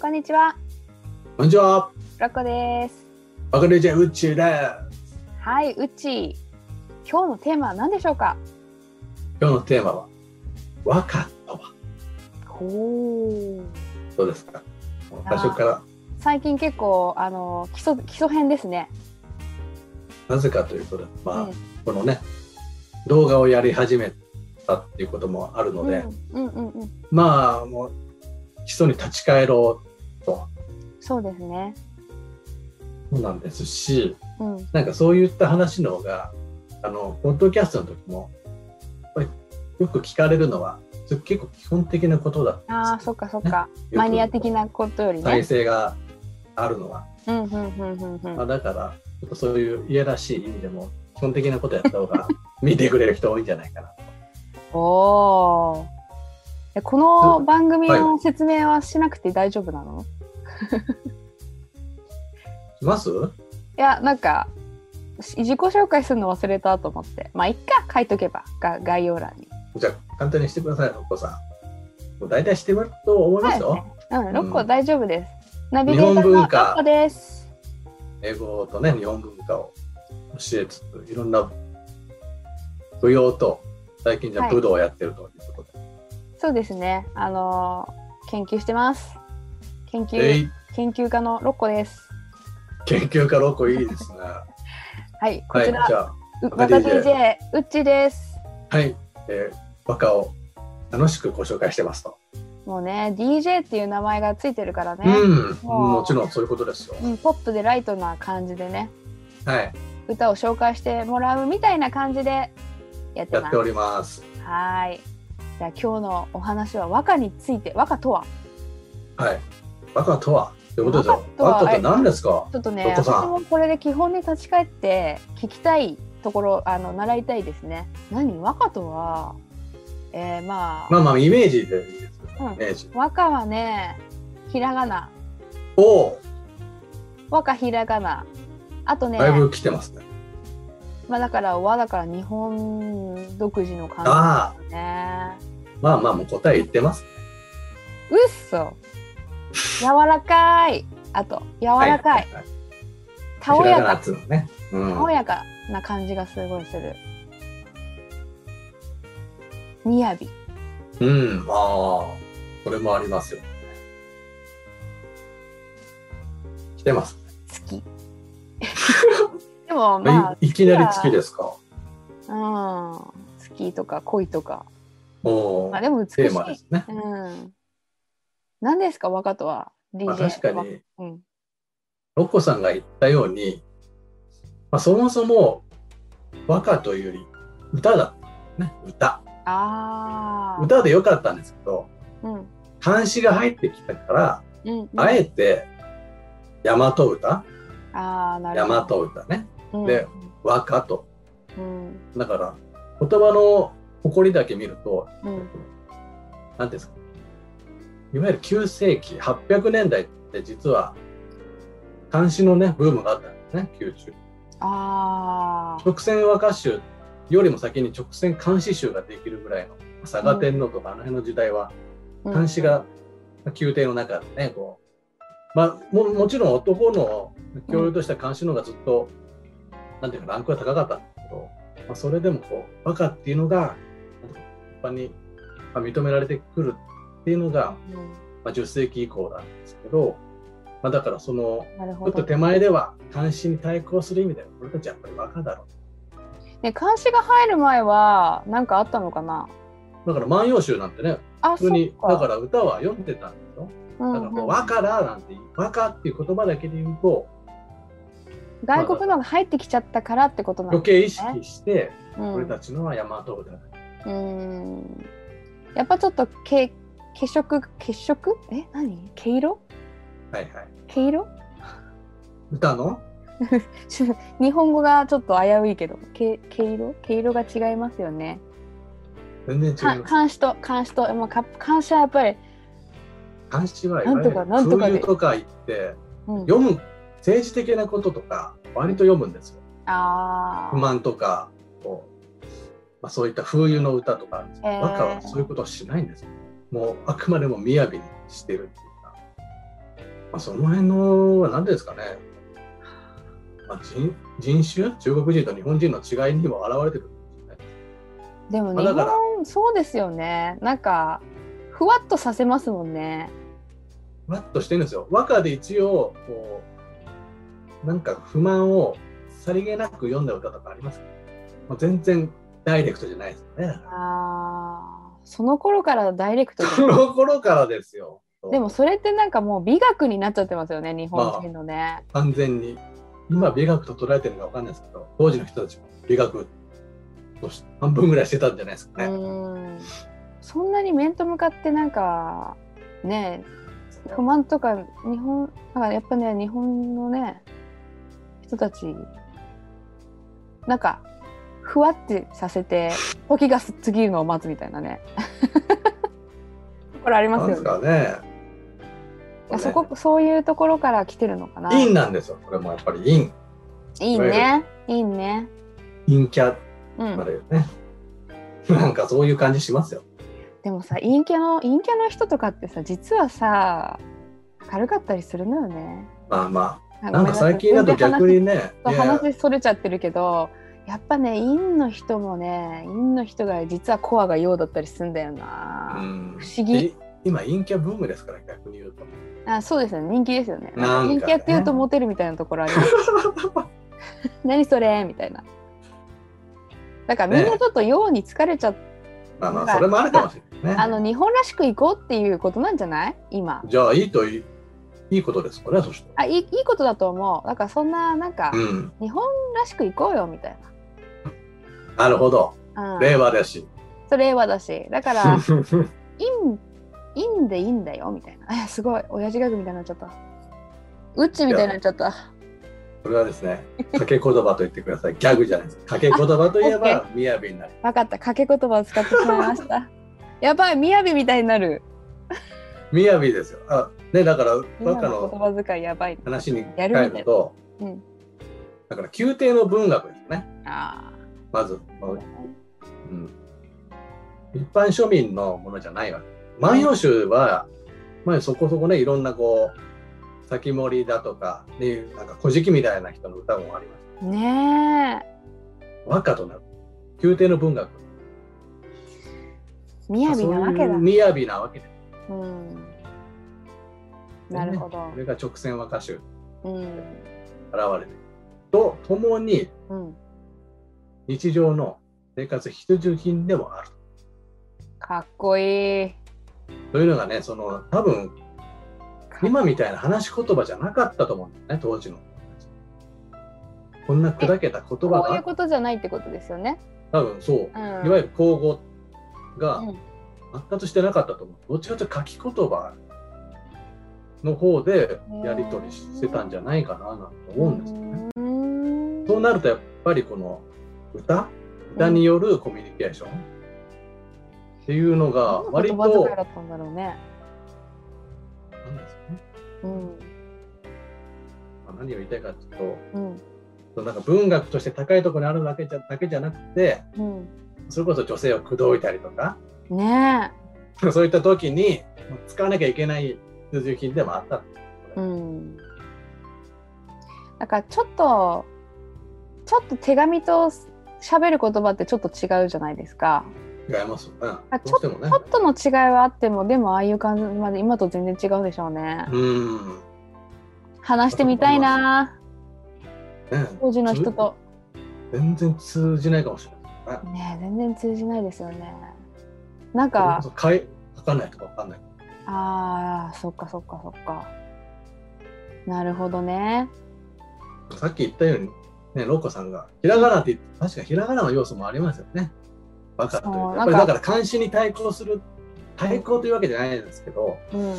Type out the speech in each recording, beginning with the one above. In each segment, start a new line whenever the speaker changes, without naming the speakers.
こんにちは、
こんにちは。
ロコです。
わかるじゃん宇宙だ。
はい、うち。今日のテーマは何でしょうか。
今日のテーマは、わかったわ。
ほ
どうですかもう最初から、
最近結構、あの、基礎、基礎編ですね。
なぜかというとね、まあ、
うん
このね、動画をやり始めたっていうこともあるので、
うん、うん、うん、うん。
まあ、もう、基礎に立ち返ろ
そうですね。
うなんですし、
うん、
なんかそういった話の方が、あの、ポッドキャストの時も、やっぱりよく聞かれるのは、結構基本的なことだった
あ
ん
あ、
です
そっか、そっか。
よく
マニア的なことより
体
ね。
制があるのは。
うん、うん、うん、うん、う
まあ、
ん。
だからちょっとそういう家らしい意味でも基本的なことやった方が 見てくれる人多いんじゃないかな
おお。えこの番組の説明はしなくて大丈夫なの。
します
いや、なんか。し自己紹介するの忘れたと思って。まあ、いっか、書いとけば、が概要欄に。
じゃあ簡単にしてくださいお子さんもう大体してもらうと思いますよ、
うん、六
う
個
ん
大丈夫です。ナビゲーター
日本
の
文化
六個です。
英語とね日本文化を教えつついろんな舞踊と最近じゃ
はい
武道をやってるということで、
そうですね。あのー研究してます。研究、
えい
研究家の六個です。
研究家ロコい いですね
はい、こ
は
ち
いじ
ら、
ゃあ
う
若
若
DJ
DJ うっちーです。
はい、えー、和歌を楽しくご紹介してますと、
もうね、DJ っていう名前がついてるからね。
うん
もう
もちろんそういうことですよ、
うん、ポップでライトな感じでね、
はい
歌を紹介してもらうみたいな感じでやって
や
ま
っ
す。
て
は
おります
ーい。じゃあ今日のお話は和歌について、和歌とは
はい。バカとはってことですよ。
バ
バ
カとは
カって何ですか
ちょっとね、
ロコさん
私もこれで基本に立ち返って聞きたいところ、あの習いたいですね。何和歌とは、えー、まあ、
まあまあ、イメージでいいですよ。
うん
イメージ。
和歌はね、ひらがな、
おー
和歌ひらがな、あとね、
だいぶ来てますね。
まあだから和だから日本独自の感じですね。
まあまあ、もう答え言ってます。
うっそ、柔らかい、あと柔らかい、
は
たおや
ひらがなっ
か、
つうのね。うん。
たおやかな感じがすごいする。みやび。
うん。ああ、これもありますよ。来てます。
好き。 でもまあ、
いいきなり月ですか。
うん、好きとか恋とか、
おお、
まあでも美しい。
テーマですね。
うん。何ですか、若とは。DJ。
まあ確かに、
うん。
ロッコさんが言ったように、まあそもそも和歌というより歌だったね。歌。
ああ。
歌でよかったんですけど
うん。
漢詩が入ってきたから、
うん。うん
あえて大和歌
ああ、なる
大
ほ
和
ど。
歌ね
うん
で和歌と
うん。
だから言葉の誇りだけ見ると
うん。
何ですかいわゆる9世紀800年代って実は漢詩のねブームがあったんですね宮中
ああ。
直線和歌集よりも先に直線漢詩集ができるぐらいの佐賀天皇とかあの辺の時代は
うん
監視。が宮廷の中でねこう、まあ、ももちろん男の教養とした監視の方がずっと、なんていうかランクが高かったんですけど、まあ、それでもこうバカっていうのがなんていうか一般にまあ認められてくるっていうのが、
うん
まあ、10世紀以降なんですけど、まあ、だからその
なる
ちょ
ほ
っと
ど。
手前では監視に対抗する意味では俺たちやっぱりバカだろ
ね、監視が入る前は、何かあったのかな。
うだから「万葉集」なんてね
あ、
普通に
そっ
だから歌は読んでたんですよ
うん
だからこう「和歌だ」なんて「和歌」っていう言葉だけで言うと
外国のが入ってきちゃったからってことなの
余。計意識して、
うん
俺たちのは大和歌だ、
うーんやっぱちょっとけ血色血色え何毛色
はいはい
毛色
歌の
ちょっと日本語がちょっと危ういけど毛毛色毛色が違いますよね。
全然違い
か
ます
監視と監視とまあか監視はやっぱり、
漢詩はい
なん
わ
と
ゆ
か
る
なんとか
風
で
流とか言って
うん、
読む政治的なこととか割と読むんですよ
あ
不
あ
満とかこう、まあ、そういった風流の歌とかあるんですけど、
えー
和歌はそういうことをしないんですよもうあくまでも雅にしてるっていうかまあ、その辺のは何ですかね、まあ、人人種中国人と日本人の違いにも表れてくるんですよね
でも
まあ
日
だから
本そうですよねなんかふわっとさせますもんね
ふわっとしてるんですよ和歌で一応こうなんか不満をさりげなく読んだ歌とかありますか、まあ、全然ダイレクトじゃないですよねだ から
あーその頃からダイレク ト
そ
で
の頃からですよ
でもそれってなんかもう美学になっちゃってますよね日本人のね、
完全に今美学と捉えてるのかわかんないですけど当時の人たちも美学とし半分ぐらいしてたんじゃないですかね、
うーんそんなに面と向かってなんかね不満とか日本なんかやっぱね日本のね人たちなんかふわってさせて時が過ぎるのを待つみたいなね これありま
なん
す
で
よね
すかね
あそこそういうところから来てるのかな
陰なんですよこれもやっぱり陰
いいねいいね
陰キャ
う
ま
ん
でね、なんかそういう感じしますよ
でもさ陰キャの陰キャの人とかってさ実はさ軽かったりするのよね
まあまあ
あ
なんか最近だと逆にね
ごめん
い
なさ
や
い話それちゃってるけどやっぱね陰の人もね陰の人が実はコアが陽だったりするんだよな、
うん
不思議
で今陰キャブームですから逆に言うと
あそうですよね人気ですよね
なんかね
陰キャっていうとモテるみたいなところあります 何それみたいなだからみんなちょっと陽に疲れちゃっ
まあま
まあ
あそれもあるかもしれな
あ
いね
の日本らしく行こうっていうことなんじゃない今
じゃあいいといいいいことですかねそして
あいいいいことだと思うだからそんななんか、
うん
日本らしく行こうよみたい
なるほど
な、うん、
令和だし
それ令和だしだから インインでいいんだよみたいな えすごい親父ギャグみたいになっちゃったうっちみたいになっちゃった
それはですね、掛け言葉と言ってください。ギャグじゃないです。掛け言葉といえば、雅になる。
分かった掛け言葉を使ってしまいました やばい雅みたいになる
雅ですよ。あ、ね、だから、
今
和歌
の言
の
葉遣いやばい
話に
や
帰
るんだ
ると、
うん
だから、宮廷の文学ですね。
あ
まず、
ー
うん、一般庶民のものじゃないわけ。万葉集は、まあ、そこそこね、いろんなこう、先森だとか、ね、なんか古事記みたいな人の歌もあります。
ねえ
和歌となる。宮廷の文学。
雅なわけだ
そういう雅なわけです。
うんなるほど
こ、れが直線和歌集。
うん
現れているとともに
うん
日常の生活必需品でもある
かっこいい
というのがねその多分今みたいな話し言葉じゃなかったと思うんだよね当時のこんな砕けた言葉
こういう
が
ことじゃないってことですよね、
多分そう
うん、
いわゆる口語が
うん
発達してなかったと思うどっちかというと書き言葉の方でやり取りしてたんじゃないかななんて思うんですよね。
うーん
そうなるとやっぱりこの歌歌によるコミュニケーションっていうのが割と
どんな言葉遣いだったんだろうね。
なんですかね
うん
まあ何を言いたいかっていう
うん
となんか文学として高いところにあるだけじゃだけじゃなくて
う
それこそ女性を口説いたりとか
ん。ね
そういった時に使わなきゃいけない必需品でもあった
え。うん。だからちょっとちょっと手紙と喋る言葉ってちょっと違うじゃないですか。
違いますよね
あ
どうしてもね
ちょっとの違いはあってもでもああいう感じまで今と全然違うでしょうね。
うん、ね、
話してみたいな当時の人と。
全然通じないかもしれない
ね
ね
え全然通じないですよね。なん
それ
か
こそかい書かないとかわかんない
ああそっかそっかそっか。なるほどね。
さっき言ったように、ね、ロッコさんが、ひらがなって言って、確かひらがなの要素もありますよね。バカという
そう
か。
な
や
んか
っぱりだから監視に対抗する、対抗というわけじゃないですけど、
うん。
ま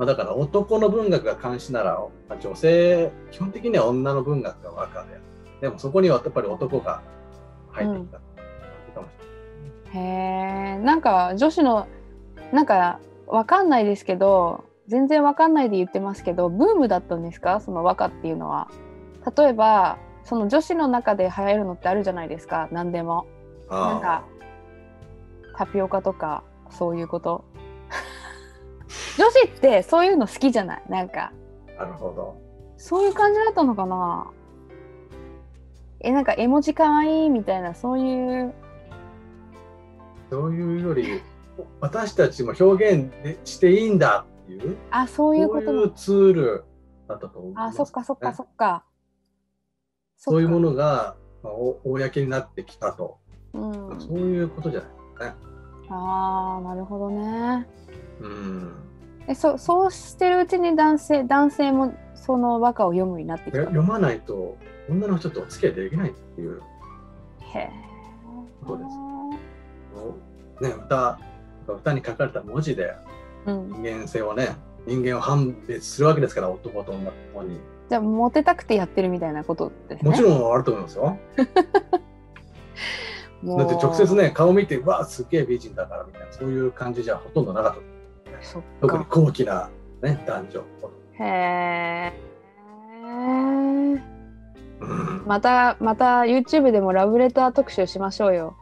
あ、だから男の文学が監視なら、まあ女性、基本的には女の文学が和歌で、でもそこにはやっぱり男が入ってきたっていうかもし
へえなんか女子のなんかわかんないですけど全然わかんないで言ってますけどブームだったんですかその和歌っていうのは例えばその女子の中で流行るのってあるじゃないですか何でも
れない。
なん
あ
かタピオカとか そういうこと女子ってそういうの好きじゃないなんか
あなるほど。
そういう感じだったのかなえ、なんか絵文字かわいいみたいな、そういう、
そういうより、私たちも表現でしていいんだっていう、
あ、そういうことな
そう
いの
うツールだったと思いま
あ、
す。
そっかそっかそっか。
そういうも
の。
のが、まあ、お公になってきたと、
うん、
そういうことじゃないですかね。
ああ、なるほどね。
うん。
え、そそうしてるうちに男性、男性もその和歌を読むようになってき
で
た。
読まないと女の人とお付き合いできないっていう、
へえ。
そうですね、歌歌に書かれた文字で
うん、
人間性をね人間を判別するわけですから男と女とに
じゃあモテたくてやってるみたいなことですね。
もちろんあると思いますよ
もう
だって直接。ね顔見てうわあすげえ美人だからみたいなそういう感じじゃほとんどなかった
そっ
特に
か。
高貴な、ね、男女
へえ。
うん
またまた YouTube でもラブレター特集しましょうよ。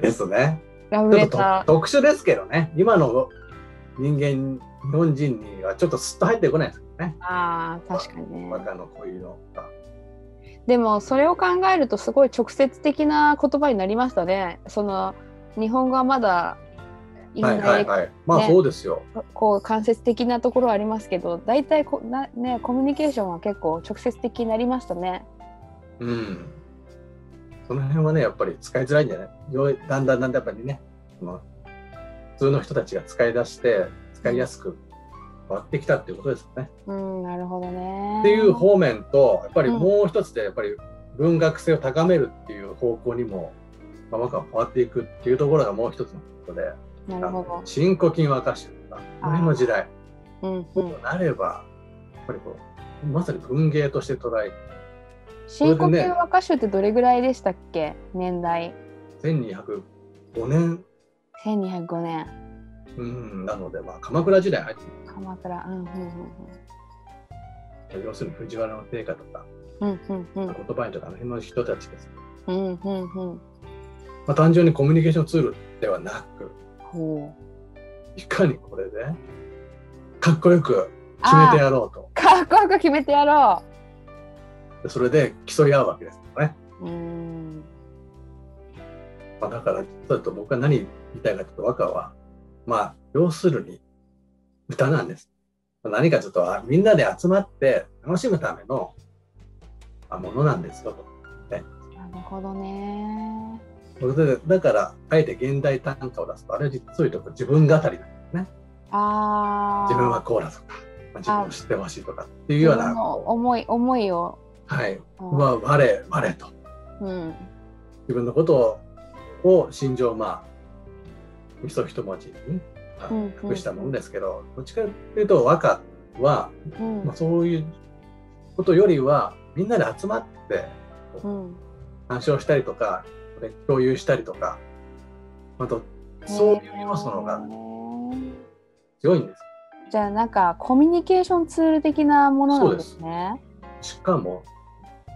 ですね
ラ
ち
ブ
ょっ
レ
と
タ
特殊ですけどね今の人間日本人にはちょっとすっと入ってこないですよね
ー。ああ確かにね。
若のこういうのが
でもそれを考えるとすごい直接的な言葉になりましたね。その日本語はまだインダ
はいはいはいまあ
ね
そうですよ、
こう間接的なところはありますけど大体こな、ね、コミュニケーションは結構直接的になりましたね。
うん。その辺はね、やっぱり使いづらいんじゃないようだんだんだんだんやっぱりね、その普通の人たちが使い出して、使いやすく変わってきたっていうことですよね。
うんなるほどね。
っていう方面と、やっぱりもう一つで、やっぱり文学性を高めるっていう方向にも、まあ、なんか変わっていくっていうところがもう一つのことで、
なるほ
新古今和歌集とか、これの時代、
ど。うんう、
こうんなれば、やっぱりこう、まさに文芸として捉え、
新
そ
古
れで
今
ね
和歌集ってどれぐらいでしたっけ年代
1205年
1205年
うん、なので、まあ、鎌倉時代入って
鎌倉。うんうん
くる要するに藤原の定家とか
うんうんうん
言葉とかあの辺の人たちです、
うんうんうん。
まあ、単純にコミュニケーションツールではなく
ほう。
いかにこれでかっこよく決めて
あ
やろうと
ーかっこよく決めてやろ
でそれで競い合うわけですよね、
う。うん。
まあ、だからちょっと僕は何言いたいかというと和歌はまあ要するに歌なんです何かちょっとあみんなで集まって楽しむためのあものなんですよと。
なるほどね。
それでだからあえて現代短歌を出すとあれは実はそういうとこ自分語りなんですね
ああ。
自分はこうだとか、まあ自分を知ってほしいとかっていうよう
自
な
分の思い思いを。
はい
うん
は我我と
うん。
自分のことをを心情をまあみそ一文字にまあ
うんうん
隠したものですけど、どっちかというと和歌は、
うん
まあ、そういうことよりはみんなで集まって
うん。
鑑賞したりとかこれ共有したりとかあとそういう要素の方が
へ
強いんです
ーじゃあなんかコミュニケーションツール的なものなんですね。
しかも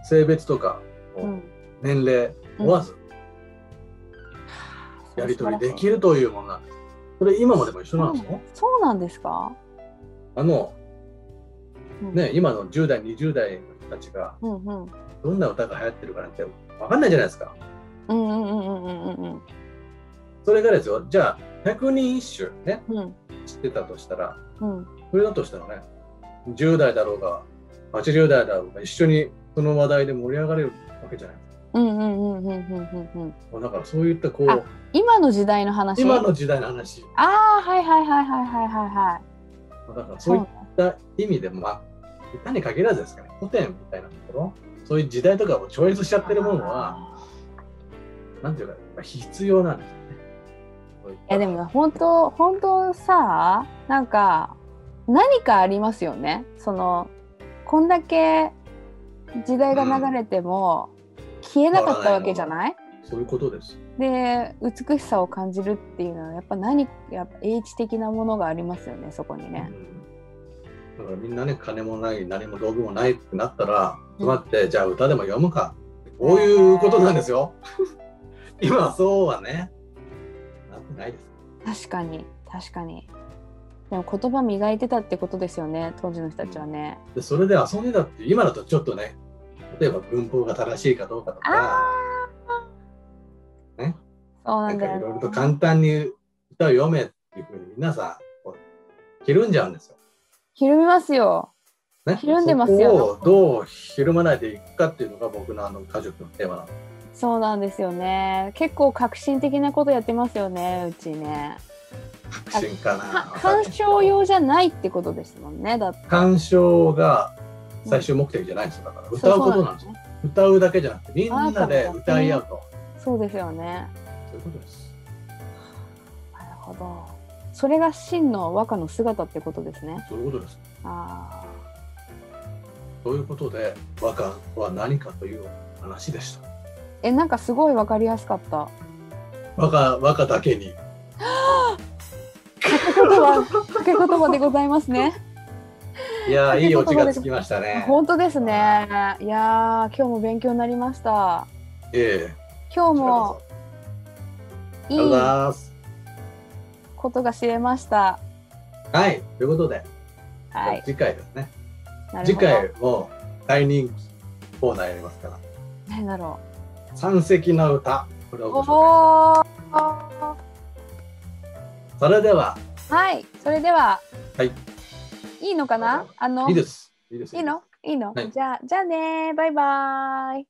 性別とか
う
も
ん
年齢問わずやり取りできるというものなんです。それ今までも一緒なんですよ。
そうなんですか。
あの
うん
ね今の10代20代の人たちが
うんうんうん
どんな歌が流行ってるかなんて分かんないじゃないですか。
うんうんうんうんうん
それがですよじゃあ百人一首ね
うん
知ってたとしたら
うん
それだとしたらね10代だろうが80代だろうが一緒にその話題で盛り上がれるわけじゃないです
うんうんうんうんうんうんうん
か。だからそういったこ
あ
う
今の時代の話。
今の時代の話
ああはいはいはいはいはいはいはい。
だからそういった意味でも、まあ、歌に限らずですかね、古典みたいなところ、そういう時代とかを超越しちゃってるものは、なんていうか、やっぱ必要なんですよねそういった。
いやでも本当本当さなんか何かありますよねそのこんだけ時代が流れても消えなかったわけじゃない、
そういうことです。
で美しさを感じるっていうのはやっぱ何やっぱ英知的なものがありますよねそこにね。
うんだからみんなね、金もない、何も道具もないってなったら、集まって、じゃあ歌でも読むか、こういうことなんですよ。 今はそうはね、なってないです。
確かに確かにでも言葉磨いてたってことですよね当時の人たちはね。
でそれで遊んでたって今だとちょっとね例えば文法が正しいかどうかとか
そうな
なんん
だ
か
よ、
い
ね
ろいろと簡単に歌を読めっていうふうに皆さんこうひるんじゃうんですよ。
ひるみますよ。
ね、
ひるんでますよ
そこをどうひるまないでいくかっていうのが僕のあの家族のテーマなの
そうなんですよね。結構革新的なことやってますよねうちね。
革新かな
か鑑賞用じゃないってことですもんねだって。
鑑賞が最終目的じゃないんですよだから歌うことなんですよ
よね。
歌うだけじゃなくてみんなで歌い合うと
そうですよね。
そういうことです
なるほど。それが真の和歌の姿ってことですね。
そういうことです
ああ、
ということで和歌は何かという話でした
え、なんかすごいわかりやすかった。
和歌和歌だけに
掛け言葉、 掛け言葉でございますね。
いやーいいオチがつきましたね
本当ですね。いやー、今日も勉強になりました。
え
今
え
日
も
も
あ
い
り
い
がとうございます
ことが知れました。
はいということで、
はい。
次回ですね
なるほど
次回も大人気コーナーやりますから
何だろ
「三席の歌」これ
う。
をご紹介しま
おお。
すそれでは
はい。それでは。
はい。
いいのかな？あの。
いいですいいです
いいの？いいの？
はい
じゃあじゃあねー。バイバーイ。